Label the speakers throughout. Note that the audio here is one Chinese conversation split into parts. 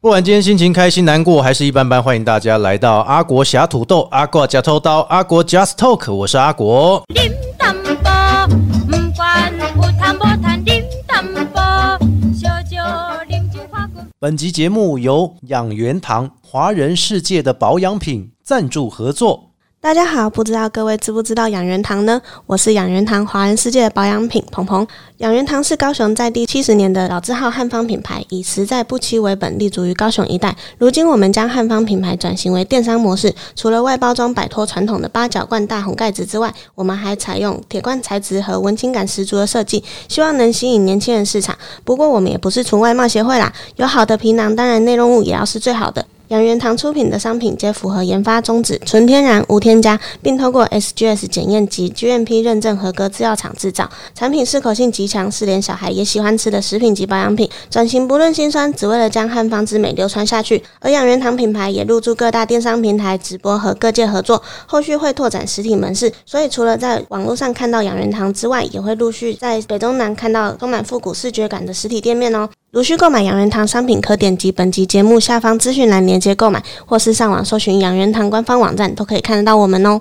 Speaker 1: 不管今天心情开心、难过还是一般般，欢迎大家来到阿国侠土豆、阿国假偷刀、阿国 Just Talk，我是阿国。
Speaker 2: điểm tâm bò Mùm quan u tham bò than điểm tâm bò Cho cho điểm chữ hoa cùng
Speaker 1: 本集节目由养元堂华人世界的保养品赞助合作。
Speaker 3: 大家好，不知道各位知不知道养元堂呢？我是养元堂华人世界的保养品鹏鹏。养元堂是高雄在地七十年的老字号汉方品牌，以实在不欺为本，立足于高雄一带。如今我们将汉方品牌转型为电商模式，除了外包装摆脱传统的八角罐大红盖子之外，我们还采用铁罐材质和文青感十足的设计，希望能吸引年轻人市场。不过我们也不是纯外贸协会啦，有好的皮囊，当然内容物也要是最好的。养元堂出品的商品皆符合研发宗旨，纯天然无添加，并通过 SGS 检验及 GMP 认证合格制药厂制造。产品适口性极强，是连小孩也喜欢吃的食品级保养品。转型不论辛酸，只为了将汉方之美流传下去。而养元堂品牌也入驻各大电商平台直播和各界合作，后续会拓展实体门市。所以除了在网络上看到养元堂之外，也会陆续在北中南看到充满复古视觉感的实体店面哦。如需购买养元堂商品，可点击本集节目下方资讯栏链接购买，或是上网搜寻养元堂官方网站，都可以看得到我们哦。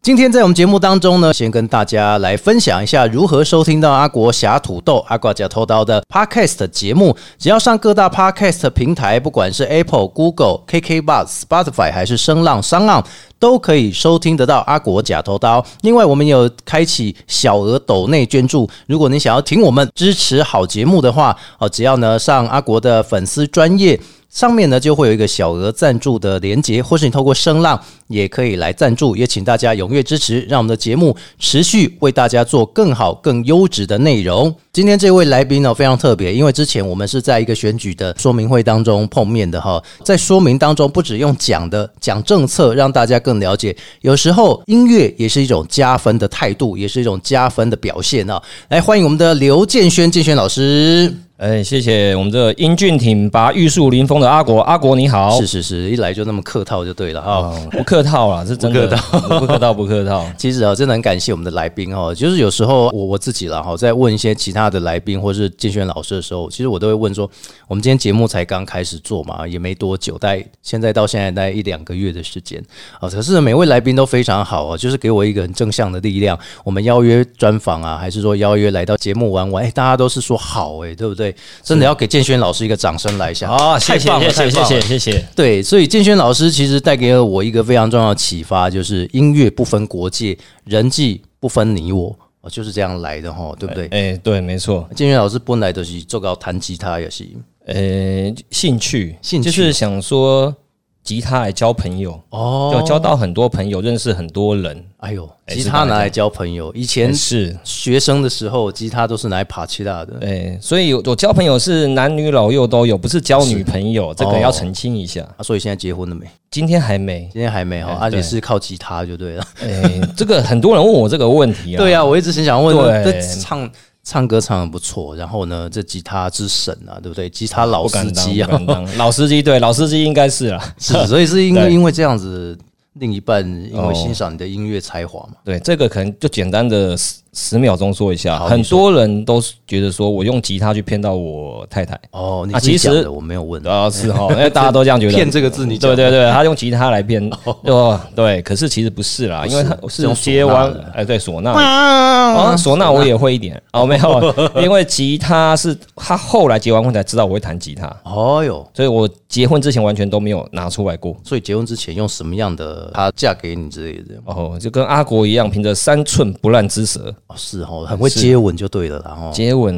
Speaker 1: 今天在我们节目当中呢，先跟大家来分享一下如何收听到阿国侠土豆、阿国假偷刀的 Podcast 节目。只要上各大 Podcast 平台，不管是 Apple、Google、KK Buzz、Spotify 还是声浪、商浪，都可以收听得到阿国假头刀。另外，我们有开启小额抖内捐助，如果你想要听我们支持好节目的话，哦，只要呢上阿国的粉丝专业。上面呢就会有一个小额赞助的连接，或是你透过声浪也可以来赞助，也请大家踊跃支持，让我们的节目持续为大家做更好、更优质的内容。今天这位来宾呢、非常特别，因为之前我们是在一个选举的说明会当中碰面的哈，在说明当中不只用讲的讲政策，让大家更了解，有时候音乐也是一种加分的态度，也是一种加分的表现啊。来，欢迎我们的刘建轩，建轩老师。
Speaker 4: 哎，谢谢我们这英俊挺拔、玉树临风的阿国，阿国你好，
Speaker 1: 是是是，一来就那么客套就对了哈。
Speaker 4: 哦，不客套啦，是真的，不客套，不客套，不客 套。
Speaker 1: 其实啊，真的很感谢我们的来宾哦。就是有时候我我自己了哈，在问一些其他的来宾或是建轩老师的时候，其实我都会问说，我们今天节目才刚开始做嘛，也没多久，大概现在到现在大概一两个月的时间啊。可是呢每位来宾都非常好哦，就是给我一个很正向的力量。我们邀约专访啊，还是说邀约来到节目玩玩，哎，大家都是说好哎、对不对？真的要给建轩老师一个掌声来一下
Speaker 4: 好，谢
Speaker 1: 太棒
Speaker 4: 谢，
Speaker 1: 了
Speaker 4: 谢谢，
Speaker 1: 太棒
Speaker 4: 谢
Speaker 1: 了
Speaker 4: 谢，谢谢。
Speaker 1: 对，所以建轩老师其实带给了我一个非常重要的启发，就是音乐不分国界，人际不分你我，哦就是这样来的哈，对不对？
Speaker 4: 哎，对，没错。
Speaker 1: 建轩老师本来就是做到弹吉他也是
Speaker 4: 呃，兴趣，
Speaker 1: 兴趣
Speaker 4: 就是想说吉他来交朋友，
Speaker 1: 哦
Speaker 4: 就交到很多朋友，认识很多人。
Speaker 1: 哎呦，
Speaker 4: 哎
Speaker 1: 吉
Speaker 4: 是
Speaker 1: 他
Speaker 4: 当然
Speaker 1: 拿
Speaker 4: 这
Speaker 1: 来
Speaker 4: 样
Speaker 1: 交朋友，以前
Speaker 4: 是，
Speaker 1: 学生的时候，吉他都是拿来爬吉他的。
Speaker 4: 哎，所以我交朋友是男女老幼都有，不是交女朋友，这
Speaker 1: 哦
Speaker 4: 个要澄清一下。
Speaker 1: 啊，所以现在结婚了没？
Speaker 4: 今天还没。
Speaker 1: 今天还没哈，
Speaker 4: 哎
Speaker 1: 而且
Speaker 4: 对
Speaker 1: 是靠吉他就对 了。
Speaker 4: 哎，这个很多人问我这个问题啊。
Speaker 1: 对啊，我一直很想问，
Speaker 4: 对
Speaker 1: 这唱唱歌唱的不错，然后呢，这吉他之神啊，对不对？吉他老
Speaker 4: 不
Speaker 1: 司
Speaker 4: 敢当，
Speaker 1: 机啊
Speaker 4: 不，敢当，老司机对，老司机应该是啦。
Speaker 1: 是，所以是因为
Speaker 4: 对
Speaker 1: 因为这样子，另一半因为
Speaker 4: 哦
Speaker 1: 欣赏你的音乐才华嘛。
Speaker 4: 对，这个可能就简单的十十秒钟说一下。
Speaker 1: 好
Speaker 4: 很
Speaker 1: 你说
Speaker 4: 多人都是觉得说我用吉他去骗到我太太，
Speaker 1: 哦，你
Speaker 4: 啊
Speaker 1: 自己
Speaker 4: 其实
Speaker 1: 讲的我没有问的。
Speaker 4: 啊，是 哈，因为大家都这样觉得。
Speaker 1: 哦 骗这个字你讲
Speaker 4: 对对对，他用吉他来骗，哦，对，可是其实不是啦，
Speaker 1: 不
Speaker 4: 因为
Speaker 1: 是
Speaker 4: 他
Speaker 1: 是用
Speaker 4: 是
Speaker 1: 唢
Speaker 4: 接
Speaker 1: 呐
Speaker 4: 完
Speaker 1: 的，
Speaker 4: 哎，对，唢呐。啊，唢呐我也会一点哦，没 有，因为吉他是他后来结完婚才知道我会弹吉他，
Speaker 1: 哦哟，
Speaker 4: 所以我结婚之前完全都没有拿出来过。
Speaker 1: 所以结婚之前用什么样的她嫁给你之类的？
Speaker 4: 哦，就跟阿国一样，凭着三寸不烂之舌，
Speaker 1: 哦，是哦，很会接吻就对了啦哦。
Speaker 4: 接吻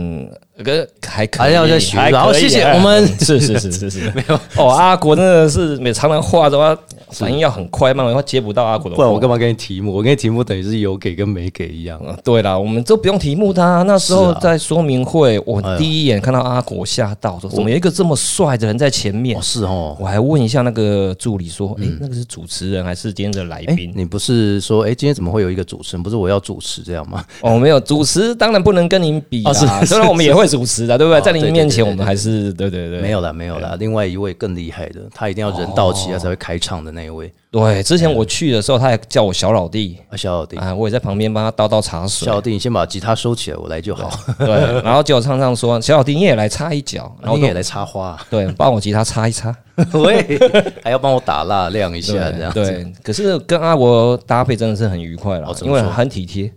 Speaker 4: 跟还可以，
Speaker 1: 还要再学
Speaker 4: 还可以
Speaker 1: 好 谢谢
Speaker 4: 哎
Speaker 1: 我们
Speaker 4: 是是是 是是，没有哦，阿国真的是每常常话的话，反应要很快，慢慢会接不到阿国的
Speaker 1: 不
Speaker 4: 话。
Speaker 1: 然我干
Speaker 4: 嘛？哦
Speaker 1: 嘛给你题目？我给你题目等于是有给跟没给一样啊。
Speaker 4: 对啦，我们都不用题目的啊、那时候
Speaker 1: 是啊
Speaker 4: 在说明会，我
Speaker 1: 哎呦
Speaker 4: 第一眼看到阿国吓到，说怎么有一个这么帅的人在前面
Speaker 1: 哦，？是哦。
Speaker 4: 我还问一下那个助理说，诶，那个是主持人还是今天的来
Speaker 1: 嗯哎，
Speaker 4: 宾？
Speaker 1: 你不是说哎，今天怎么会有一个主持人？不是我要主持这样吗？
Speaker 4: 哦，没有，主持当然不能跟您比
Speaker 1: 哦是
Speaker 4: 啦。
Speaker 1: 是
Speaker 4: 虽然我们也会主持的，啊对不对？
Speaker 1: 哦
Speaker 4: 在
Speaker 1: 对对对
Speaker 4: 您面前，
Speaker 1: 对哦
Speaker 4: 我们还是对对对，
Speaker 1: 没有啦，没有啦。另外一位更厉害的，他一定要人到齐，他才会开唱的那一位
Speaker 4: 对，之前我去的时候，他还叫我小老弟
Speaker 1: 啊，小老弟。
Speaker 4: 啊，我也在旁边帮他倒倒茶水
Speaker 1: 小。老弟，你先把吉他收起来，我来就好。
Speaker 4: 对， 然后结果唱唱说：“小老弟，你也来插一脚。”然后
Speaker 1: 你
Speaker 4: 我
Speaker 1: 也
Speaker 4: 就
Speaker 1: 来插花、 啊，
Speaker 4: 对，帮我吉他插 一插。
Speaker 1: 喂，还要帮我打蜡亮一下，啊这样
Speaker 4: 对，对可是跟阿国搭配真的是很愉快了
Speaker 1: 哦，怎
Speaker 4: 因
Speaker 1: 么说嗯
Speaker 4: 为很体贴，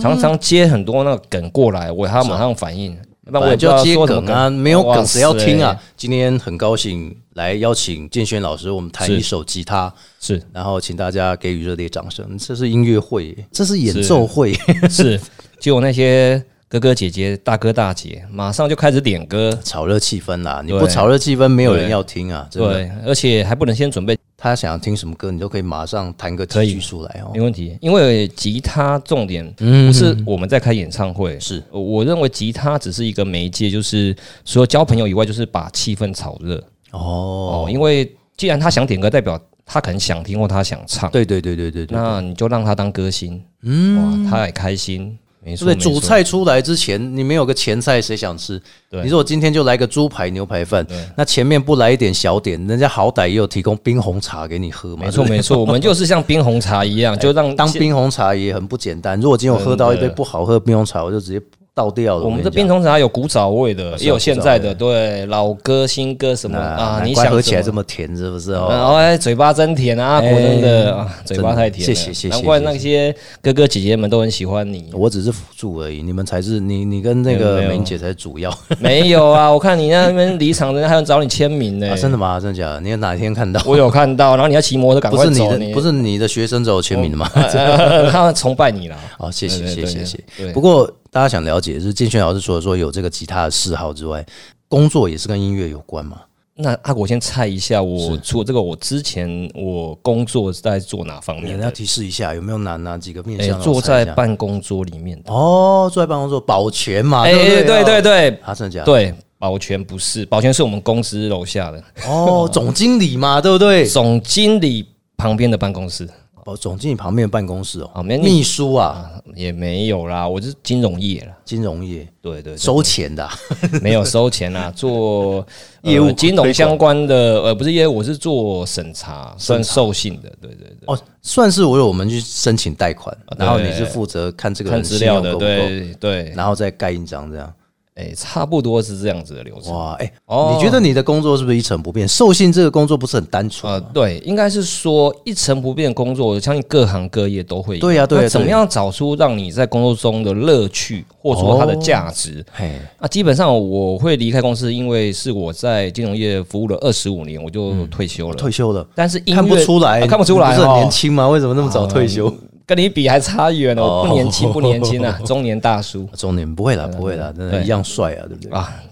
Speaker 4: 常常接很多那个梗过来，我还要马上反应，要不然我
Speaker 1: 啊本
Speaker 4: 也
Speaker 1: 来
Speaker 4: 不知
Speaker 1: 就
Speaker 4: 道
Speaker 1: 要接
Speaker 4: 说什么
Speaker 1: 梗啊，没有
Speaker 4: 哇
Speaker 1: 梗谁要
Speaker 4: 塞
Speaker 1: 听啊？今天很高兴来邀请建轩老师，我们弹
Speaker 4: 是
Speaker 1: 一首吉他，
Speaker 4: 是
Speaker 1: 然后请大家给予热烈掌声。这是音乐会耶，这是演奏 会耶，
Speaker 4: 是，结果那些哥哥姐姐、大哥大姐马上就开始点歌，
Speaker 1: 炒热气氛啊啦！你
Speaker 4: 对
Speaker 1: 不炒热气氛，没有人
Speaker 4: 对
Speaker 1: 要听啊！真的，
Speaker 4: 对，而且还不能先准备，
Speaker 1: 他想听什么歌，你都可以马上弹个
Speaker 4: 可
Speaker 1: 几
Speaker 4: 以
Speaker 1: 句出来哦
Speaker 4: 没。问题，因为吉他重点
Speaker 1: 嗯
Speaker 4: 不是我们在开演唱会，
Speaker 1: 是
Speaker 4: 我我认为吉他只是一个媒介，就是除了交朋友以外，就是把气氛炒热哦
Speaker 1: 哦，，
Speaker 4: 因为既然他想点歌，代表他可能想听或他想唱，
Speaker 1: 对对对对对对，
Speaker 4: 那你就让他当歌星，嗯，哇，他也开心，没
Speaker 1: 是
Speaker 4: 错，
Speaker 1: 不是
Speaker 4: 没
Speaker 1: 主
Speaker 4: 错
Speaker 1: 菜出来之前，你没有个前菜，谁想吃？
Speaker 4: 对
Speaker 1: 你说我今天就来个猪排牛排饭，那前面不来一点小点，人家好歹也有提供冰红茶给你喝嘛。
Speaker 4: 没错
Speaker 1: 对不对
Speaker 4: 没错，我们就是像冰红茶一样，就让
Speaker 1: 哎当，冰红茶也很不简单。如果今天我喝到一杯
Speaker 4: 真的
Speaker 1: 不好喝的冰红茶，我就直接倒掉了。
Speaker 4: 我们
Speaker 1: 这
Speaker 4: 的冰红茶有古早味的，
Speaker 1: 啊是
Speaker 4: 也有现在
Speaker 1: 古早味
Speaker 4: 的，对，老歌新歌什么啊，
Speaker 1: 难
Speaker 4: 你
Speaker 1: 怪
Speaker 4: 想
Speaker 1: 喝起来
Speaker 4: 什
Speaker 1: 这
Speaker 4: 么
Speaker 1: 么甜，是不是
Speaker 4: 然
Speaker 1: 哦？
Speaker 4: 后哎，嘴巴真甜啊，阿国真
Speaker 1: 哎
Speaker 4: 的啊，嘴巴太甜了，
Speaker 1: 真的谢谢谢谢
Speaker 4: 难怪那些哥哥姐姐们都很喜欢 你。
Speaker 1: 我只是辅助而已，你们才是你你跟那
Speaker 4: 没有没
Speaker 1: 个
Speaker 4: 有
Speaker 1: 美玲姐才是主要
Speaker 4: 没有啊，我看你那边离场，人家还有找你签名呢
Speaker 1: 啊！，真的吗？真的假的？你有哪一天看到？
Speaker 4: 我有看到。然后你要骑摩托赶
Speaker 1: 不
Speaker 4: 快
Speaker 1: 是你
Speaker 4: 走，
Speaker 1: 的，不是你的学生找我签名的 吗？
Speaker 4: 呃， 他们崇拜你啦。
Speaker 1: 好，哦谢谢
Speaker 4: 对
Speaker 1: 谢
Speaker 4: 对
Speaker 1: 谢
Speaker 4: 对
Speaker 1: 谢谢。
Speaker 4: 对
Speaker 1: 不过大家想了解，就是建轩老师除了说有这个吉他的嗜好之外，工作也是跟音乐有关嘛？
Speaker 4: 那阿国先猜一下，我除了这个，我之前我工作是在做哪方
Speaker 1: 你
Speaker 4: 面
Speaker 1: 要
Speaker 4: 的？
Speaker 1: 提示一下，有没有难啊？几个面
Speaker 4: 哎，
Speaker 1: 向？
Speaker 4: 坐在办公桌里面的。
Speaker 1: 哦，坐在办公桌保全嘛？
Speaker 4: 哎，
Speaker 1: 啊对
Speaker 4: 对
Speaker 1: 不对
Speaker 4: 对对
Speaker 1: 啊，真的假的？
Speaker 4: 对，保全不是，保全是我们公司楼下的
Speaker 1: 哦，总经理嘛，对不对？
Speaker 4: 总经理旁边的办公室。
Speaker 1: 哦，总经理旁边的办公室哦，
Speaker 4: 啊没你
Speaker 1: 秘书啊，
Speaker 4: 也没有啦，我是金融业啦，
Speaker 1: 金融业
Speaker 4: 对 对
Speaker 1: 收钱的啊，
Speaker 4: 对没有收钱啦，做、呃
Speaker 1: 业务
Speaker 4: 金融相关的，呃，不是业务，我是做审查，算授信的，对对哦
Speaker 1: 哦，算是为我们去申请贷款，然后你是负责看这
Speaker 4: 对，
Speaker 1: 个
Speaker 4: 看
Speaker 1: 人
Speaker 4: 资
Speaker 1: 信用
Speaker 4: 料
Speaker 1: 够
Speaker 4: 的，
Speaker 1: 不够，
Speaker 4: 对对，
Speaker 1: 然后再盖印章这样。
Speaker 4: 哎，差不多是这样子的流程。
Speaker 1: 哇，哎、
Speaker 4: 哦
Speaker 1: 你觉得你的工作是不是一成不变？授信这个工作不是很单纯
Speaker 4: 呃
Speaker 1: 吗、，
Speaker 4: 对，应该是说一成不变的工作，我相信各行各业都会有。
Speaker 1: 对呀对呀
Speaker 4: 那怎么
Speaker 1: 对
Speaker 4: 样找出让你在工作中的乐趣，或者说它的价值？
Speaker 1: 嘿，
Speaker 4: 那基本上我会离开公司，因为是我在金融业服务了二十五年，我就
Speaker 1: 嗯
Speaker 4: 退休了。
Speaker 1: 退休了，
Speaker 4: 但是音乐
Speaker 1: 看不出来，啊
Speaker 4: 啊看不出来
Speaker 1: 你不是很
Speaker 4: 哦
Speaker 1: 年轻吗？为什么那么早退休？
Speaker 4: 跟你比还差远了，
Speaker 1: 哦
Speaker 4: 我不年轻不年轻 啊，中年大叔
Speaker 1: 中年嗯不会啦，不会啦，真的，
Speaker 4: 对
Speaker 1: 一样帅啊，对不对？
Speaker 4: 啊，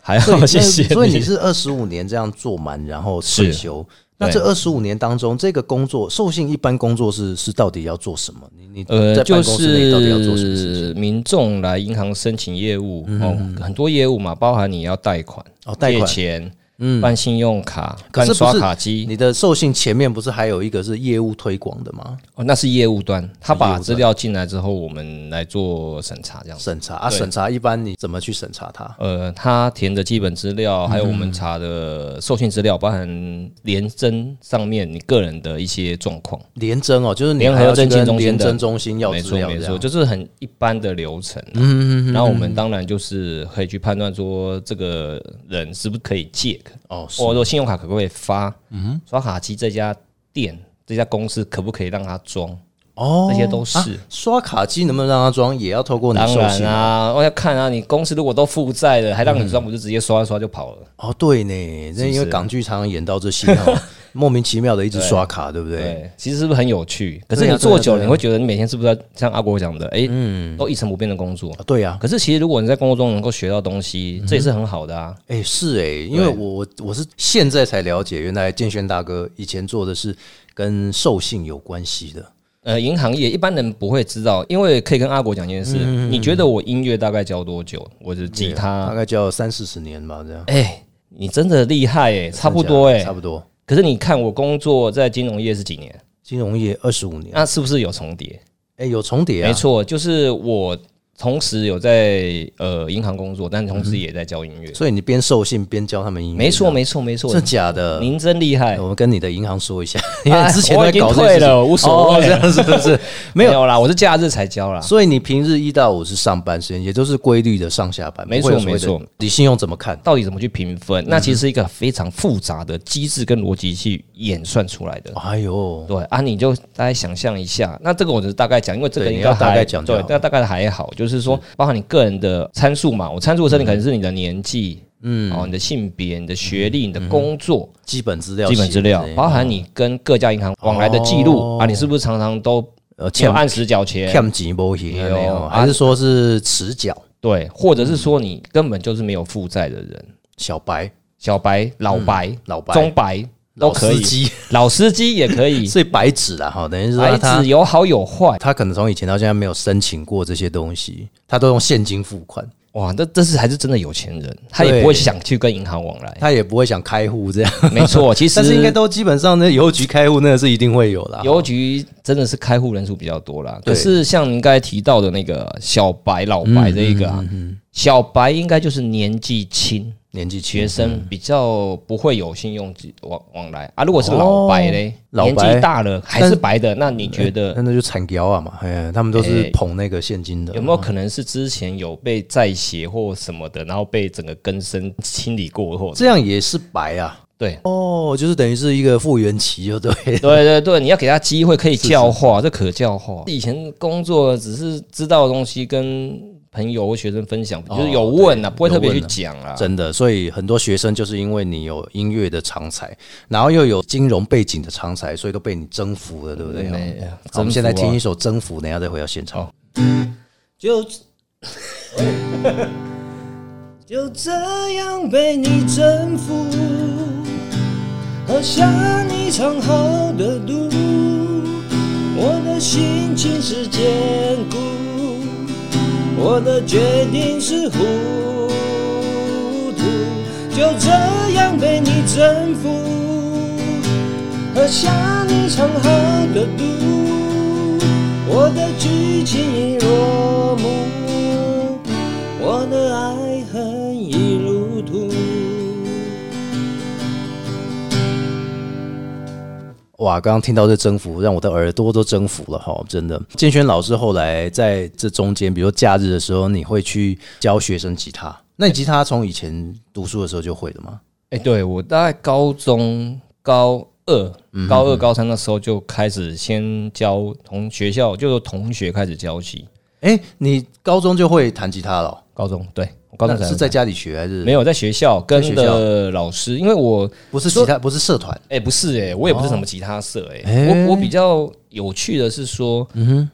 Speaker 4: 还好谢谢
Speaker 1: 所以你是二十五年这样做满，然后退休。那这二十五年当中，这个工作授信一般工作是是到底要做什么？你你
Speaker 4: 呃，
Speaker 1: 在
Speaker 4: 就
Speaker 1: 办公室内到底要做什么事情？
Speaker 4: 是民众来银行申请业务哦，很多业务嘛，包含你要贷款、
Speaker 1: 嗯哦，贷
Speaker 4: 借
Speaker 1: 款。嗯
Speaker 4: 钱、办信用卡、
Speaker 1: 可
Speaker 4: 办
Speaker 1: 是不
Speaker 4: 刷
Speaker 1: 是
Speaker 4: 卡机，
Speaker 1: 你的授信前面不是还有一个是业务推广的吗？
Speaker 4: 哦，那是业务端，他
Speaker 1: 业务
Speaker 4: 把
Speaker 1: 端
Speaker 4: 资料进来之后，我们来做审查这样子。
Speaker 1: 审查啊，
Speaker 4: 对
Speaker 1: 审查一般你怎么去审查它？
Speaker 4: 呃，他填的基本资
Speaker 1: 嗯
Speaker 4: 料，还有我们查的授信资料，包含廉征上面你个人的一些状况。
Speaker 1: 廉征哦，就是你
Speaker 4: 联合
Speaker 1: 还要去
Speaker 4: 征
Speaker 1: 跟
Speaker 4: 信中心
Speaker 1: 廉
Speaker 4: 的
Speaker 1: 征中心要
Speaker 4: 没
Speaker 1: 资
Speaker 4: 错
Speaker 1: 料，
Speaker 4: 没错，就是很一般的流程、嗯然后我们当然就是可以去判断说这个人是不是可以借，
Speaker 1: 哦，是
Speaker 4: 或者说信用卡可不可以发，嗯，刷卡机这家店这家公司可不可以让他装，
Speaker 1: 哦，
Speaker 4: 这些都是。
Speaker 1: 啊刷卡机能不能让它装，也要透过你
Speaker 4: 当
Speaker 1: 授
Speaker 4: 然
Speaker 1: 信嗯
Speaker 4: 啊，我要看啊，你公司如果都负债了，还让你装，不就直接刷一刷就跑了？
Speaker 1: 哦，对呢，那因为港剧常常演到这些 哦，莫名其妙的一直刷卡，对不对？
Speaker 4: 对，其实是不是很有趣？可是
Speaker 1: 对啊
Speaker 4: 你做久
Speaker 1: 对啊对啊
Speaker 4: 了，
Speaker 1: 嗯
Speaker 4: 你会觉得你每天是不是要像阿国讲的，哎，都一成不变的工作？
Speaker 1: 啊对呀，
Speaker 4: 可是其实如果你在工作中能够学到东西，这也是很好的啊。
Speaker 1: 哎，是哎，因为我我我是现在才了解，原来建轩大哥以前做的是跟授信有关系的，
Speaker 4: 呃，银行业一般人不会知道，因为可以跟阿国讲一件事，你觉得我音乐大概教多久？我的吉
Speaker 1: 大
Speaker 4: 他，
Speaker 1: 概教三四十年吧，这样
Speaker 4: 哎、你真的厉害哎、差不多哎、
Speaker 1: 差不多。
Speaker 4: 可是你看我工作在金融业是几年？啊
Speaker 1: 金融业二十五年，
Speaker 4: 那是不是有重叠？
Speaker 1: 哎，有重叠啊，
Speaker 4: 没错，就是我同时有在呃银行工作，但同时也在教音乐。
Speaker 1: 所以你边受信边教他们音乐，
Speaker 4: 没错，没错，没错，
Speaker 1: 是假的。
Speaker 4: 您真厉害。
Speaker 1: 我们跟你的银行说一下， 因为
Speaker 4: 哎
Speaker 1: 之前
Speaker 4: 我
Speaker 1: 在
Speaker 4: 已经
Speaker 1: 搞这
Speaker 4: 退
Speaker 1: 个事情
Speaker 4: 了，无所
Speaker 1: 哦
Speaker 4: 谓
Speaker 1: 这。 样是不是？没
Speaker 4: 没
Speaker 1: 有。
Speaker 4: 有啦，我是假日才教啦。
Speaker 1: 所以你平日一到五是上班时间，也就是规律的上下班，
Speaker 4: 没
Speaker 1: 不会有
Speaker 4: 错没
Speaker 1: 所谓的
Speaker 4: 错。
Speaker 1: 你信用怎么看？
Speaker 4: 到底怎么去评分？那其实是一个非常复杂的机制跟逻辑去演算出来的。
Speaker 1: 哎呦，
Speaker 4: 对啊，你就大概想象一下，那这个我只是大概讲，因为这个
Speaker 1: 对
Speaker 4: 应
Speaker 1: 你要
Speaker 4: 该
Speaker 1: 大概
Speaker 4: 还
Speaker 1: 讲就
Speaker 4: 对
Speaker 1: 好，
Speaker 4: 但大概还好，就是说包含你个人的参数嘛，我参数的设
Speaker 1: 嗯
Speaker 4: 定可能是你的年纪，嗯，哦，你的性别、你的
Speaker 1: 嗯
Speaker 4: 学历、你的工作、
Speaker 1: 基本资料，
Speaker 4: 基本资料，包含你跟各家银行往来的记录
Speaker 1: 哦
Speaker 4: 啊，你是不是常常都
Speaker 1: 呃
Speaker 4: 没有
Speaker 1: 欠
Speaker 4: 按时缴钱？
Speaker 1: 欠钱不行那
Speaker 4: 哎呦
Speaker 1: 样哦，
Speaker 4: 啊
Speaker 1: 还是说是迟缴
Speaker 4: 对，或
Speaker 1: 嗯
Speaker 4: 者是说你根本就是没有负债的人，
Speaker 1: 小白
Speaker 4: 小白、老白、
Speaker 1: 老嗯白
Speaker 4: 中白都
Speaker 1: 老
Speaker 4: 可
Speaker 1: 司
Speaker 4: 以，
Speaker 1: 机，
Speaker 4: 老司机也 可以，
Speaker 1: 所以白纸啦哈，等于是说
Speaker 4: 白
Speaker 1: 他
Speaker 4: 纸有好有坏。
Speaker 1: 他可能从以前到现在没有申请过这些东西，他都用现金付款，
Speaker 4: 哇，这这是还是真的有钱人，他也
Speaker 1: 对
Speaker 4: 不会想去跟银行往来。
Speaker 1: 他也不会想开户这样。
Speaker 4: 没 错，其实
Speaker 1: 但是应该都基本上那邮局开户那个是一定会有啦。
Speaker 4: 邮局真的是开户人数比较多啦。
Speaker 1: 对嗯
Speaker 4: 可是像您刚才提到的那个小白、老白这一个啊，小白应该就是年纪轻。
Speaker 1: 年纪轻
Speaker 4: 学生比较不会有信用往往来啊，如果是老白嘞，
Speaker 1: 哦老
Speaker 4: 年
Speaker 1: 白
Speaker 4: 纪大了还
Speaker 1: 但
Speaker 4: 是白的，那你觉
Speaker 1: 那
Speaker 4: 得
Speaker 1: 那就惨掉啊嘛，哎，他们都是
Speaker 4: 哎
Speaker 1: 捧那个现金的，
Speaker 4: 有没有可能是之前有被再写或什么的，然后被整个根深清理过后？
Speaker 1: 这样也是白啊？
Speaker 4: 对，
Speaker 1: 哦，就是等于是一个复原期， 就对。
Speaker 4: 对对对，你要给他机会可以教化，这可教化。以前工作只是知道的东西跟朋友或学生分享，
Speaker 1: 哦
Speaker 4: 就是有问啊，
Speaker 1: 对
Speaker 4: 不会特别去
Speaker 1: 有问啊
Speaker 4: 讲啊。
Speaker 1: 真的，所以很多学生就是因为你有音乐的长才，然后又有金融背景的长才，所以都被你征服了，对不对？哦
Speaker 4: 哎呀
Speaker 1: 好我们现在
Speaker 4: 征服啊
Speaker 1: 听一首《征服》，等一下再回到现场。
Speaker 5: 就就这样被你征服，喝下你藏好的毒，我的心情是坚固，我的决定是糊涂，就这样被你征服，喝下你藏好的毒，我的剧情已落幕，我的爱恨已入土。
Speaker 1: 哇，刚刚听到这征服，让我的耳朵都征服了哈，真的。建轩老师后来在这中间，比如说假日的时候，你会去教学生吉他。那你吉他从以前读书的时候就会了吗？
Speaker 4: 哎、对我大概高中高二、
Speaker 1: 嗯
Speaker 4: 高二、高三那时候就开始先教同学校，就由同学开始教起。
Speaker 1: 哎、你高中就会弹吉他了哦、
Speaker 4: 高中对，我高中
Speaker 1: 那
Speaker 4: 才
Speaker 1: 是在家里学还是
Speaker 4: 没？有在学校跟
Speaker 1: 在学校
Speaker 4: 的老师，因为我
Speaker 1: 不是吉他，不是社团。
Speaker 4: 哎、不是哎、我也不是什么吉他社哎、
Speaker 1: 哦哎嗯
Speaker 4: 我我比较有趣的是说，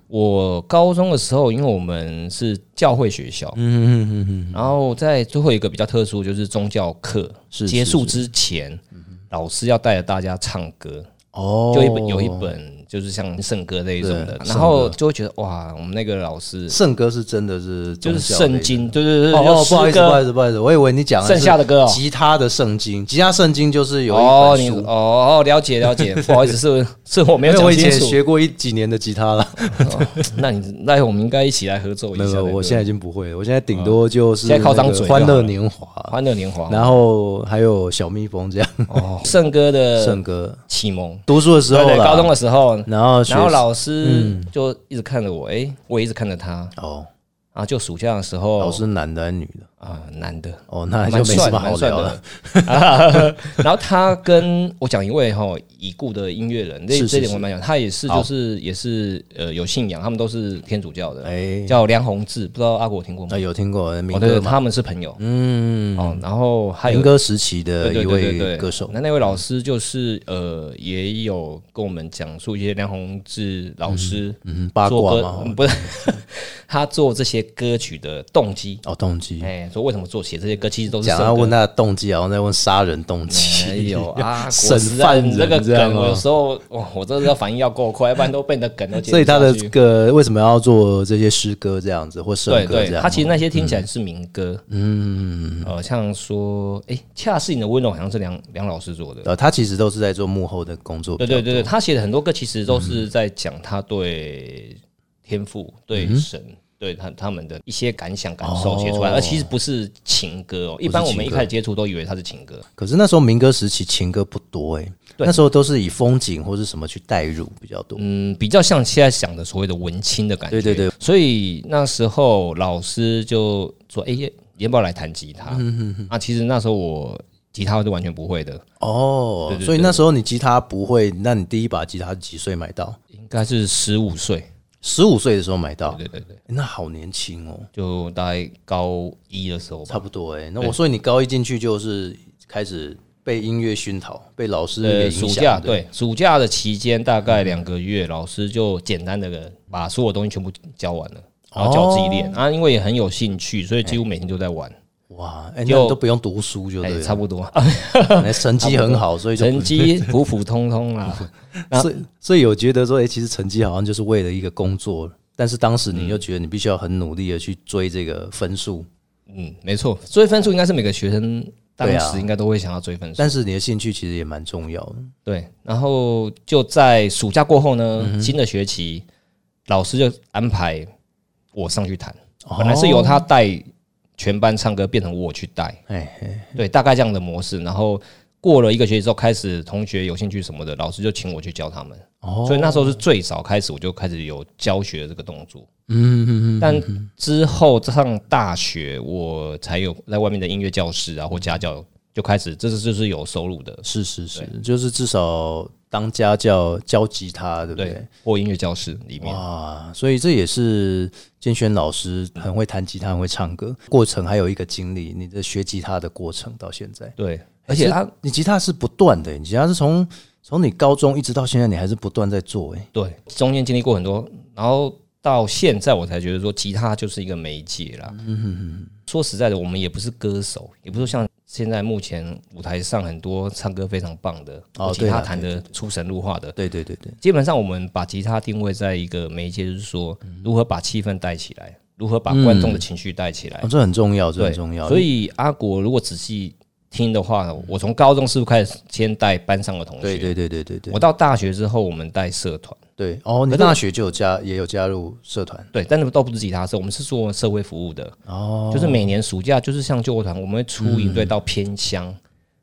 Speaker 4: 我高中的时候，因为我们是教会学校，
Speaker 1: 嗯嗯嗯
Speaker 4: 然后在最后一个比较特殊就是宗教课
Speaker 1: 是
Speaker 4: 结
Speaker 1: 是嗯
Speaker 4: 束之前，老师要带着大家唱歌，
Speaker 1: 哦，
Speaker 4: 就一本有一本就是像圣歌这一种的
Speaker 1: 对，
Speaker 4: 然后就会觉得哇，我们那个老师
Speaker 1: 圣歌是真的是
Speaker 4: 就是
Speaker 1: 宗教类的
Speaker 4: 圣。经，对对对，
Speaker 1: 哦
Speaker 4: 就
Speaker 1: 哦，
Speaker 4: 诗
Speaker 1: 不好意思，
Speaker 4: 歌
Speaker 1: 不好意思，不好意思，我以为你讲的
Speaker 4: 剩下
Speaker 1: 是
Speaker 4: 的歌哦。
Speaker 1: 吉他的圣经，吉他圣经就是有
Speaker 4: 哦，
Speaker 1: 一
Speaker 4: 你
Speaker 1: 本
Speaker 4: 哦
Speaker 1: 书。
Speaker 4: 哦，了解了解，不好意思，是是我没有
Speaker 1: 因为我
Speaker 4: 讲
Speaker 1: 以
Speaker 4: 清
Speaker 1: 前
Speaker 4: 楚。
Speaker 1: 学过一几年的吉他了。
Speaker 4: 那你那我们应该一起来合奏一
Speaker 1: 没有
Speaker 4: 下
Speaker 1: 没
Speaker 4: 那个。啊
Speaker 1: 有，我现在已经不会了，我现在顶多就是
Speaker 4: 现在靠张
Speaker 1: 那个
Speaker 4: 嘴就好
Speaker 1: 欢
Speaker 4: 了
Speaker 1: 乐年华，
Speaker 4: 欢乐年华，
Speaker 1: 然后还有小蜜蜂这样。
Speaker 4: 哦，圣歌的
Speaker 1: 圣歌
Speaker 4: 启蒙，
Speaker 1: 读书的时
Speaker 4: 对
Speaker 1: 候
Speaker 4: 对，
Speaker 1: 啦，
Speaker 4: 高中的时候，
Speaker 1: 然后学嗯
Speaker 4: 然后老师就一直看着我，诶，我也一直看着他，
Speaker 1: 哦，
Speaker 4: 然后就暑假的时候，
Speaker 1: 老师男的还是女的？
Speaker 4: 啊，男的。
Speaker 1: 哦，那就
Speaker 4: 蛮
Speaker 1: 没什
Speaker 4: 帅
Speaker 1: 么
Speaker 4: 的，
Speaker 1: 好
Speaker 4: 蛮帅
Speaker 1: 聊了
Speaker 4: 的。。啊 然后他跟我讲一位哈已故的音乐人，
Speaker 1: 是
Speaker 4: 这
Speaker 1: 是
Speaker 4: 这一点
Speaker 1: 是
Speaker 4: 我蛮讲，他也是
Speaker 1: 好
Speaker 4: 就是也是呃有信仰，他们都是天主教的，
Speaker 1: 哎，
Speaker 4: 叫梁宏志，不知道阿果听过吗
Speaker 1: 那？有听过民
Speaker 4: 哦，对，对
Speaker 1: 歌嘛？
Speaker 4: 他们是朋友。
Speaker 1: 嗯，
Speaker 4: 哦，然后还有
Speaker 1: 民歌时期的
Speaker 4: 对对
Speaker 1: 一
Speaker 4: 对对
Speaker 1: 位
Speaker 4: 对
Speaker 1: 歌手。嗯
Speaker 4: 那那位老师就是呃，也有跟我们讲述一些梁宏志老师
Speaker 1: 嗯，八
Speaker 4: 做
Speaker 1: 卦
Speaker 4: 歌，
Speaker 1: 嘛
Speaker 4: 嗯，不是 他做这些歌曲的动机。
Speaker 1: 哦，动机。
Speaker 4: 哎，说为什么做写这些歌，其实都是
Speaker 1: 讲
Speaker 4: 圣
Speaker 1: 要
Speaker 4: 歌
Speaker 1: 问他的动机，然后再问杀人动
Speaker 4: 哎
Speaker 1: 机。
Speaker 4: 呦啊，
Speaker 1: 审
Speaker 4: 果实啊
Speaker 1: 犯
Speaker 4: 你这
Speaker 1: 人
Speaker 4: 个
Speaker 1: 这样哦
Speaker 4: 梗，
Speaker 1: 吗
Speaker 4: 我有时候哇，我真的要反应要够快，要不然都被你的梗都接不
Speaker 1: 所以他的
Speaker 4: 哎下去
Speaker 1: 这个为什么要做这些诗歌这样子或圣
Speaker 4: 对
Speaker 1: 歌这
Speaker 4: 对，
Speaker 1: 样？哦
Speaker 4: 他其实那些听起来是民歌，嗯，呃，像说哎，恰是你的温柔，好像是梁梁老师做的，
Speaker 1: 呃，他其实都是在做幕后的工作。
Speaker 4: 对对对对，
Speaker 1: 嗯
Speaker 4: 他写的很多歌其实都是在讲他对天赋、对神对他他们的一些感想感受写出来，
Speaker 1: 哦
Speaker 4: 而其实不是情歌哦。一般我们一开始接触都以为它是情歌，
Speaker 1: 可是那时候民歌时期情歌不多哎、
Speaker 4: 对
Speaker 1: 那时候都是以风景或是什么去代入比较多。
Speaker 4: 嗯，比较像现在想的所谓的文青的感觉。
Speaker 1: 对对对，
Speaker 4: 所以那时候老师就说：“哎、要不要来弹吉
Speaker 1: 嗯
Speaker 4: 他？”啊，其实那时候我吉他是完全不会的，
Speaker 1: 哦，
Speaker 4: 对对对
Speaker 1: 所以那时候你吉他不会，那你第一把吉他几岁买到？
Speaker 4: 应该是十五岁，
Speaker 1: 十五岁的时候买到，
Speaker 4: 对对对，
Speaker 1: 那好年轻哦，
Speaker 4: 就大概高一的时候吧
Speaker 1: 差。不多哎、那我说你高一进去就是开始被音乐熏陶，被老师给
Speaker 4: 呃，
Speaker 1: 影响。
Speaker 4: 暑假
Speaker 1: 对不对
Speaker 4: 对，暑假的期间大概两个月，老师就简单的把所有东西全部教完了，然后叫我自己练、
Speaker 1: 哦
Speaker 4: 啊，因为也很有兴趣，所以几乎每天都在玩，
Speaker 1: 哇，哎、那
Speaker 4: 就
Speaker 1: 你都不用读书就
Speaker 4: 哎、
Speaker 1: 对了，
Speaker 4: 差不多，
Speaker 1: 哎成绩很 好，所以就不
Speaker 4: 成绩普普通通啦。
Speaker 1: 所以所以有觉得说，哎、其实成绩好像就是为了一个工作，但是当时你就觉得你必须要很努力的去追这个分数，
Speaker 4: 嗯，没错，追分数应该是每个学生当
Speaker 1: 对啊
Speaker 4: 时应该都会想要追分数。
Speaker 1: 但是你的兴趣其实也蛮重要的。
Speaker 4: 对，然后就在暑假过后呢，
Speaker 1: 嗯
Speaker 4: 新的学期老师就安排我上去弹，
Speaker 1: 哦
Speaker 4: 本来是由他带全班唱歌，变成我去带。
Speaker 1: 哎、嘿
Speaker 4: 对，大概这样的模式。然后过了一个学期之后，开始同学有兴趣什么的，老师就请我去教他们。
Speaker 1: 哦
Speaker 4: 所以那时候是最早开始，我就开始有教学的这个动作。
Speaker 1: 嗯嗯嗯，
Speaker 4: 但之后上大学，我才有在外面的音乐教室啊或家教就开始，这是就是有收入的，
Speaker 1: 是是是，就是至少当家教教吉他，对不对？
Speaker 4: 对，或音乐教室里面。
Speaker 1: 哇，所以这也是建轩老师很会弹吉他，很会唱歌。过程还有一个经历，你的学吉他的过程到现在，
Speaker 4: 对，
Speaker 1: 哎
Speaker 4: 而且他
Speaker 1: 你吉他是不断的，你吉他是从从你高中一直到现在，你还是不断在做，哎，
Speaker 4: 对中间经历过很多，然后到现在我才觉得说，吉他就是一个媒介啦。说实在的，我们也不是歌手，也不是像现在目前舞台上很多唱歌非常棒的，
Speaker 1: 哦
Speaker 4: 或吉
Speaker 1: 对啦
Speaker 4: 他弹的出神入化的。
Speaker 1: 对对对对，
Speaker 4: 基本上，我们把吉他定位在一个媒介，就是说如何把气氛带起来，如何把观众的情绪带起来
Speaker 1: 哦，。这很重要，这
Speaker 4: 对，
Speaker 1: 很重要。
Speaker 4: 所以阿国如果仔细听的话，我从高中是不是开始先带班上的同学？
Speaker 1: 对对对对对对，
Speaker 4: 我到大学之后，我们带社团。
Speaker 1: 对哦，你
Speaker 4: 可是
Speaker 1: 大学就有加也有加入社团
Speaker 4: 对，但是都不是吉他社，我们是做社会服务的。哦，就是每年暑假，就是像救国团，我们会出一队到偏乡，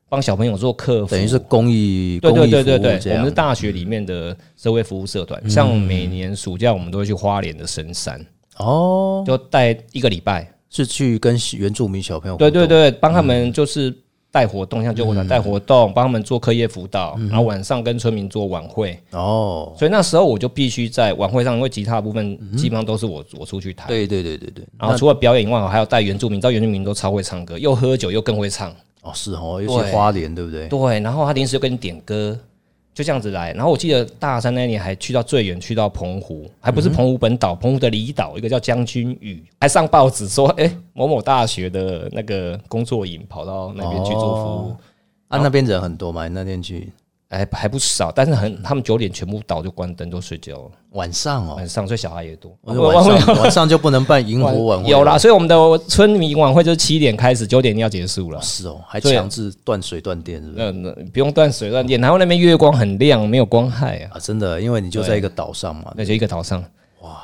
Speaker 4: 帮、小朋友做客服，
Speaker 1: 嗯等于是公益
Speaker 4: 对
Speaker 1: 公
Speaker 4: 对
Speaker 1: 益服
Speaker 4: 对对
Speaker 1: 务这
Speaker 4: 对，我们是
Speaker 1: 样。嗯
Speaker 4: 大学里面的社会服务社团。像每年暑假，我们都会去花莲的深山，
Speaker 1: 哦，
Speaker 4: 就带一个礼拜。
Speaker 1: 是去跟原住民小朋友
Speaker 4: 对
Speaker 1: 互动嗯
Speaker 4: 对对，帮他们就是带活动，像救国团带活动，帮他们做课业辅导，
Speaker 1: 嗯
Speaker 4: 然后晚上跟村民做晚会。
Speaker 1: 哦，
Speaker 4: 所以那时候我就必须在晚会上，因为吉他的
Speaker 1: 嗯
Speaker 4: 部分基本上都是我我出去弹。
Speaker 1: 对对对对对，
Speaker 4: 然后除了表演以外，我还要带原住民，你知道原住民都超会唱歌，又喝酒又更会唱。
Speaker 1: 哦是哦，尤其花莲对不对？
Speaker 4: 对，然后他临时就跟你点歌，就这样子来。然后我记得大三那年还去到最远，去到澎湖，还不是澎湖本岛，澎湖的离岛，一个叫将军屿，还上报纸说，哎、某某大学的那个工作营跑到那边去做服务。
Speaker 1: 啊，那边人很多嘛，你那天去
Speaker 4: 还哎还不少，但是很，他们九点全部岛就关灯，都睡觉了。
Speaker 1: 晚上哦
Speaker 4: 晚，上，所以小孩也多。
Speaker 1: 我说晚上晚上就不能办萤火晚会，
Speaker 4: 有啦，，所以我们的村民晚会就是七点开始，九点要结束了。
Speaker 1: 是哦，还
Speaker 4: 对啊
Speaker 1: 强制断水断电是不是？
Speaker 4: 那那不用断水断电，然后那边月光很亮，没有光害啊，
Speaker 1: 啊，真的，因为你就在一个岛上嘛，
Speaker 4: 那就一个岛上。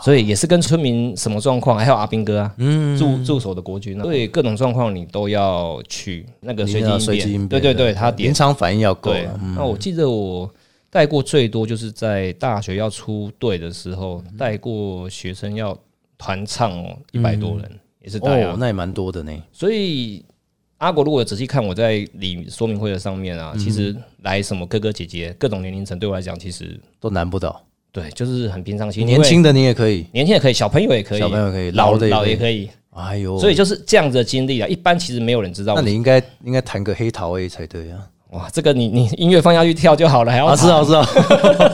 Speaker 4: 所以也是跟村民什么状况，还有阿兵哥啊，
Speaker 1: 嗯
Speaker 4: 驻驻守的国军啊，对各种状况你都要去那个
Speaker 1: 你
Speaker 4: 随机
Speaker 1: 要
Speaker 4: 应
Speaker 1: 随机应
Speaker 4: 对
Speaker 1: 变
Speaker 4: 对
Speaker 1: 的，
Speaker 4: 对，他点
Speaker 1: 临场反应要够啊
Speaker 4: 对
Speaker 1: 了，。嗯
Speaker 4: 那我记得我带过最多就是在大学要出队的时候，带过学生要团唱哦，一百多人也是带
Speaker 1: 哦
Speaker 4: 啊，，
Speaker 1: 那也蛮多的呢。
Speaker 4: 所以阿国如果仔细看我在里说明会的上面啊，
Speaker 1: 嗯
Speaker 4: 其实来什么哥哥姐姐各种年龄层，对我来讲，其实
Speaker 1: 都难不倒。
Speaker 4: 对就是很平常心。
Speaker 1: 年轻的你也可以，
Speaker 4: 年轻也可以，小朋友也可以，
Speaker 1: 小朋友可以
Speaker 4: 老
Speaker 1: 老的也
Speaker 4: 老
Speaker 1: 可以
Speaker 4: 也可以，
Speaker 1: 哎呦，
Speaker 4: 所以就是这样子的经历啊。一般其实没有人知道
Speaker 1: 那
Speaker 4: 我。
Speaker 1: 你应该应该弹个黑桃 A 才对啊！
Speaker 4: 哇，这个你你音乐放下去跳就好了，还要
Speaker 1: 啊，是
Speaker 4: 弹
Speaker 1: 啊是啊，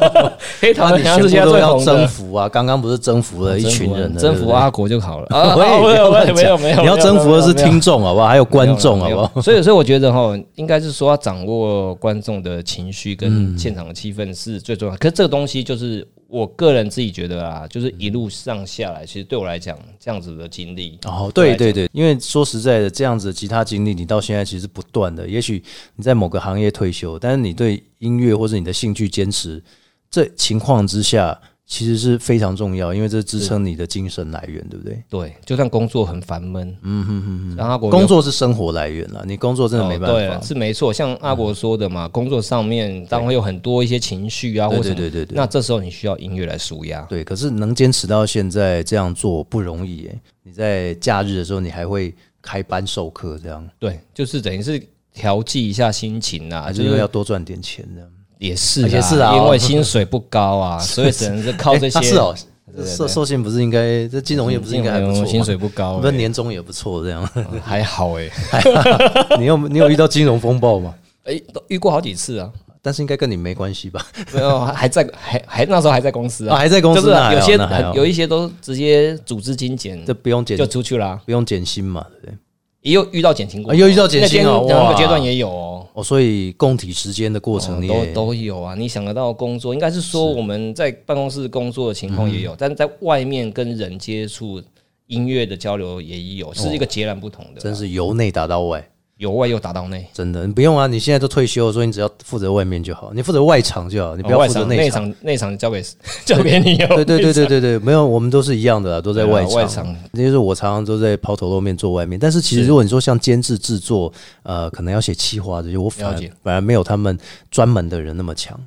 Speaker 4: 黑桃
Speaker 1: 那
Speaker 4: 好
Speaker 1: 你
Speaker 4: 像
Speaker 1: 全
Speaker 4: 是现
Speaker 1: 部都
Speaker 4: 在最
Speaker 1: 要
Speaker 4: 红
Speaker 1: 征
Speaker 4: 的。哦
Speaker 1: 服啊！刚刚不是征服了一群人的，
Speaker 4: 征服
Speaker 1: 啊！
Speaker 4: 阿国就好了。
Speaker 1: 啊
Speaker 4: 啊
Speaker 1: 喂
Speaker 4: 没有
Speaker 1: 不要乱
Speaker 4: 没有
Speaker 1: 讲
Speaker 4: 没有，
Speaker 1: 你要征服的是听众好不好？还有观众好
Speaker 4: 没有
Speaker 1: 不
Speaker 4: 没有
Speaker 1: 好？
Speaker 4: 所以， 所以我觉得哈，应该是说要掌握观众的情绪
Speaker 1: 嗯
Speaker 4: 跟现场的气氛是最重要的。可是这个东西就是我个人自己觉得啊，就是一路上下来，其实对我来讲，这样子的经历，
Speaker 1: 哦，对对对，因为说实在的，这样子的吉他经历，你到现在其实不断的。也许你在某个行业退休，但是你对音乐或者你的兴趣坚持，这情况之下，其实是非常重要，因为这支撑你的精神来源，对不对？
Speaker 4: 对，就算工作很烦闷，嗯哼哼，然后阿国
Speaker 1: 工作是生活来源了，你工作真的没办
Speaker 4: 哦
Speaker 1: 法嗯
Speaker 4: 对，。是没错。像阿国说的嘛，工作上面当然会有很多一些情绪啊，或
Speaker 1: 对
Speaker 4: 什么
Speaker 1: 对对对对
Speaker 4: 那这时候你需要音乐来舒压。
Speaker 1: 对，可是能坚持到现在这样做不容易耶。你在假日的时候，你还会开班授课，这样
Speaker 4: 对，就是等于是调剂一下心情啊，
Speaker 1: 还
Speaker 4: 就是
Speaker 1: 因为
Speaker 4: 是
Speaker 1: 要多赚点钱这样。
Speaker 4: 也是
Speaker 1: 也是啊
Speaker 4: 因为薪水不高啊， 所以只能是靠
Speaker 1: 诶
Speaker 4: 这些。嗯
Speaker 1: 啊是哦，
Speaker 4: 对对
Speaker 1: 寿寿星不是应该这金融业不是应该还不错吗？啊
Speaker 4: 薪水不高、
Speaker 1: 不是年终也不错这样。
Speaker 4: 欸还好哎、欸，
Speaker 1: 你有你有遇到金融风暴吗？
Speaker 4: 哎、都遇过好几次啊，
Speaker 1: 但是应该跟你没关系吧？
Speaker 4: 没有还还在还还那时候还在公司啊，
Speaker 1: 啊还在公司
Speaker 4: 就是
Speaker 1: 那
Speaker 4: 啊
Speaker 1: 还
Speaker 4: 有
Speaker 1: 好
Speaker 4: 些
Speaker 1: 那还好
Speaker 4: 有一些都直接组织精简
Speaker 1: 这不用减
Speaker 4: 就出去啦，
Speaker 1: 不用减薪嘛，对不对？
Speaker 4: 也有遇到减薪过，
Speaker 1: 啊又遇到减薪哦
Speaker 4: 那间两
Speaker 1: 哇
Speaker 4: 个阶段也有哦。嗯
Speaker 1: 哦，所以供体时间的过程你
Speaker 4: 都
Speaker 1: 也
Speaker 4: 都有啊，你想得到工作，应该是说我们在办公室工作的情
Speaker 1: 嗯
Speaker 4: 况也有，但是在外面跟人接触、音乐的交流也有，是一个截然不同的啊，
Speaker 1: 真是由内打到外，
Speaker 4: 由外又打到内，
Speaker 1: 真的你不用啊！你现在都退休了，所以你只要负责外面就好，你负责外场就好，你不要
Speaker 4: 哦外
Speaker 1: 负责
Speaker 4: 场内
Speaker 1: 场。
Speaker 4: 场内场交给 交给你哦，
Speaker 1: 对对对
Speaker 4: 内场
Speaker 1: 对对对，没有，我们都是一样的啦，都在
Speaker 4: 对啊
Speaker 1: 外
Speaker 4: 外场
Speaker 1: 就是我常常都在抛头露面做外面，但是其实如果你说像监制制作，呃，可能要写企划的，就我反
Speaker 4: 了解
Speaker 1: 反而没有他们专门的人那么强。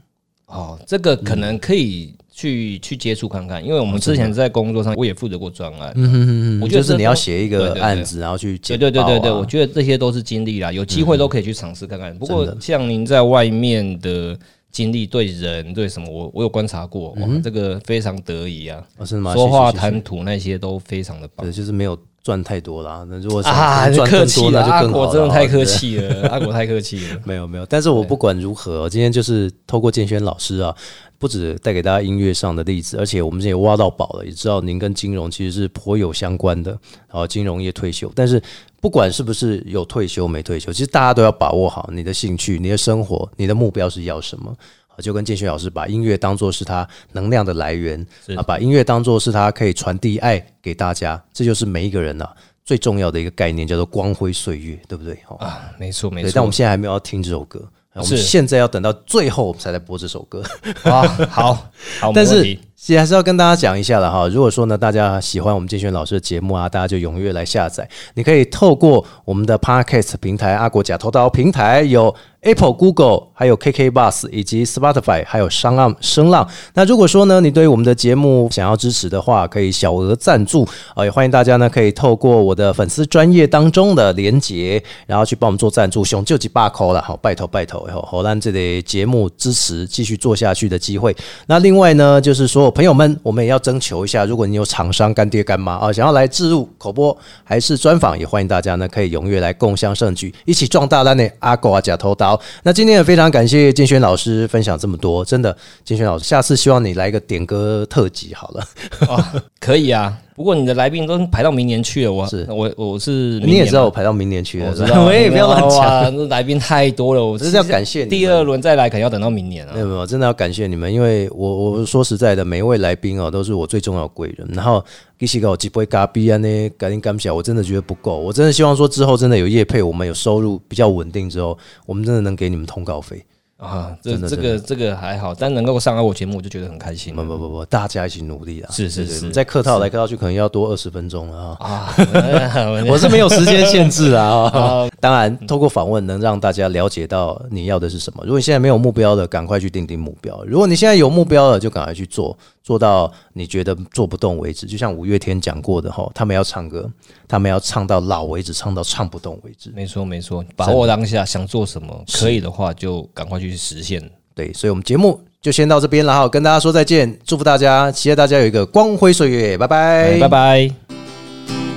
Speaker 4: 哦，这个可
Speaker 1: 嗯
Speaker 4: 能可以去、去接触看看，因为我们之前在工作上我也负责过专案，
Speaker 1: 哦嗯哼哼哼，
Speaker 4: 我觉得
Speaker 1: 就是
Speaker 4: 这
Speaker 1: 你
Speaker 4: 都
Speaker 1: 要写一
Speaker 4: 对对
Speaker 1: 个
Speaker 4: 对
Speaker 1: 案子，然后去
Speaker 4: 对
Speaker 1: 剪
Speaker 4: 对对
Speaker 1: 报
Speaker 4: 对对，
Speaker 1: 啊嗯
Speaker 4: 我觉得这些都是经历啦，有机会都可以去尝试看看。不过
Speaker 1: 真的
Speaker 4: 像您在外面的经历，对人对什么，我我有观察过，哇，这个非常得意啊，
Speaker 1: 哦真的嗯吗？
Speaker 4: 说话
Speaker 1: 谢谢谢谢
Speaker 4: 谈吐那些都非常的棒
Speaker 1: 对，就是没有赚太多啦。那如果是
Speaker 4: 啊，
Speaker 1: 赚
Speaker 4: 客
Speaker 1: 更
Speaker 4: 气
Speaker 1: 多，
Speaker 4: 了，
Speaker 1: 那
Speaker 4: 阿
Speaker 1: 就更好
Speaker 4: 国
Speaker 1: 了。啊
Speaker 4: 真的太客
Speaker 1: 对。
Speaker 4: 气了，阿国太客气了。
Speaker 1: 没有没有，但是我不管如何，今天就是透过建轩老师啊，不止带给大家音乐上的例子，而且我们这也挖到宝了，也知道您跟金融其实是颇有相关的，然后金融业退休，但是不管是不是有退休没退休，其实大家都要把握好你的兴趣、你的生活、你的目标是要什么。啊就跟建轩老师把音乐当做是他能量的来源，啊，把音乐当做是他可以传递爱给大家，这就是每一个人啊最重要的一个概念，叫做光辉岁月，对不对？哦
Speaker 4: 啊，没错没
Speaker 1: 对，
Speaker 4: 错，
Speaker 1: 但我 们现在还没有要听这首歌，哎我们
Speaker 4: 是
Speaker 1: 现在要等到最后我们才来播这首歌。
Speaker 4: 啊，好好，
Speaker 1: 但
Speaker 4: 没问
Speaker 1: 是
Speaker 4: 题
Speaker 1: 其实还是要跟大家讲一下了哈。如果说呢，大家喜欢我们建轩老师的节目啊，大家就踊跃来下载。你可以透过我们的 Podcast 平台、阿国假头刀平台，有 Apple、Google，还有 KK Bus 以及 Spotify，还有商浪声浪。那如果说呢，你对我们的节目想要支持的话，可以小额赞助啊、呃也欢迎大家呢可以透过我的粉丝专业当中的连结，然后去帮我们做赞助，熊就几把口了，好，拜托拜托，以后荷兰这类节目支持继续做下去的机会。那另外呢，就是所有朋友们，我们也要征求一下，如果你有厂商干爹干妈啊，想要来置入口播还是专访，也欢迎大家呢可以踊跃来共襄盛举，一起壮大咱的阿狗啊假头刀。那今天也非常感谢建轩老师分享这么多，真的，建轩老师，下次希望你来一个点歌特辑好了。
Speaker 4: 啊，可以啊。不过你的来宾都排到明年去了，我
Speaker 1: 是
Speaker 4: 我我是明
Speaker 1: 你也
Speaker 4: 年
Speaker 1: 知道
Speaker 4: 嘛
Speaker 1: 我排到明年去了，
Speaker 4: 我知道，
Speaker 1: 我也不要乱讲。
Speaker 4: 哇，那来宾太多了，我
Speaker 1: 只是要感谢你们
Speaker 4: 第二轮再来，可能要等到明年啊
Speaker 1: 没
Speaker 4: 了。
Speaker 1: 有没有，真的要感谢你们，因为我我说实在的，每一位来宾哦，都是我最重要的贵人。然后一起给我几杯咖啡啊，那赶紧感谢，我真的觉得不够，我真的希望说之后真的有业配，我们有收入比较稳定之后，我们真的能给你们通告费。
Speaker 4: 啊，这
Speaker 1: 真的
Speaker 4: 这
Speaker 1: 真
Speaker 4: 个这个还好，但能够上来我节目，我就觉得很开心
Speaker 1: 不不不不，大家一起努力啊！
Speaker 4: 是
Speaker 1: 对
Speaker 4: 是
Speaker 1: 对
Speaker 4: 是
Speaker 1: 我们再客套来客套去，可能要多二十分钟了啊。
Speaker 4: 啊！
Speaker 1: 我是没有时间限制啊、 哦当然，透过访问能让大家了解到你要的是什么。如果你现在没有目标的，赶快去定定目标；如果你现在有目标了，就赶快去做，做到你觉得做不动为止。就像五月天讲过的哈，他们要唱歌，他们要唱到老为止，唱到唱不动为止。
Speaker 4: 没错没错，把握当下，想做什么可以的话，就赶快去实现。
Speaker 1: 对，所以我们节目就先到这边了哈，跟大家说再见，祝福大家，期待大家有一个光辉岁月，拜哎拜，
Speaker 4: 哎拜。拜。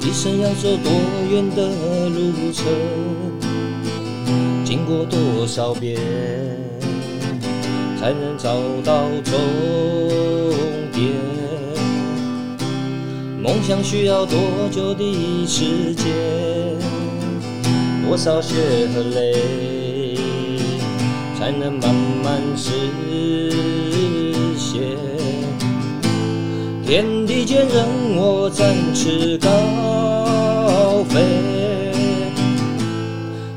Speaker 5: 一生要走多远的路程，经过多少遍，才能找到终点？梦想需要多久的时间？多少血和泪，才能慢慢实现？天地间任我展翅高飞。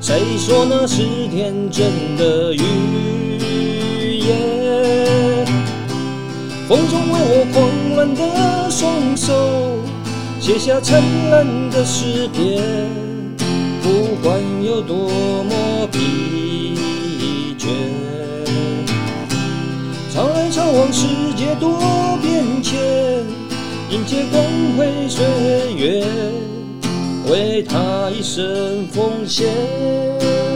Speaker 5: 谁说那是天真的语言？
Speaker 4: 风中为我狂乱的双手，写下灿烂的诗篇，不管有多么疲倦。潮来潮往，世界多变迁，迎接光辉岁月，为他一生奉献。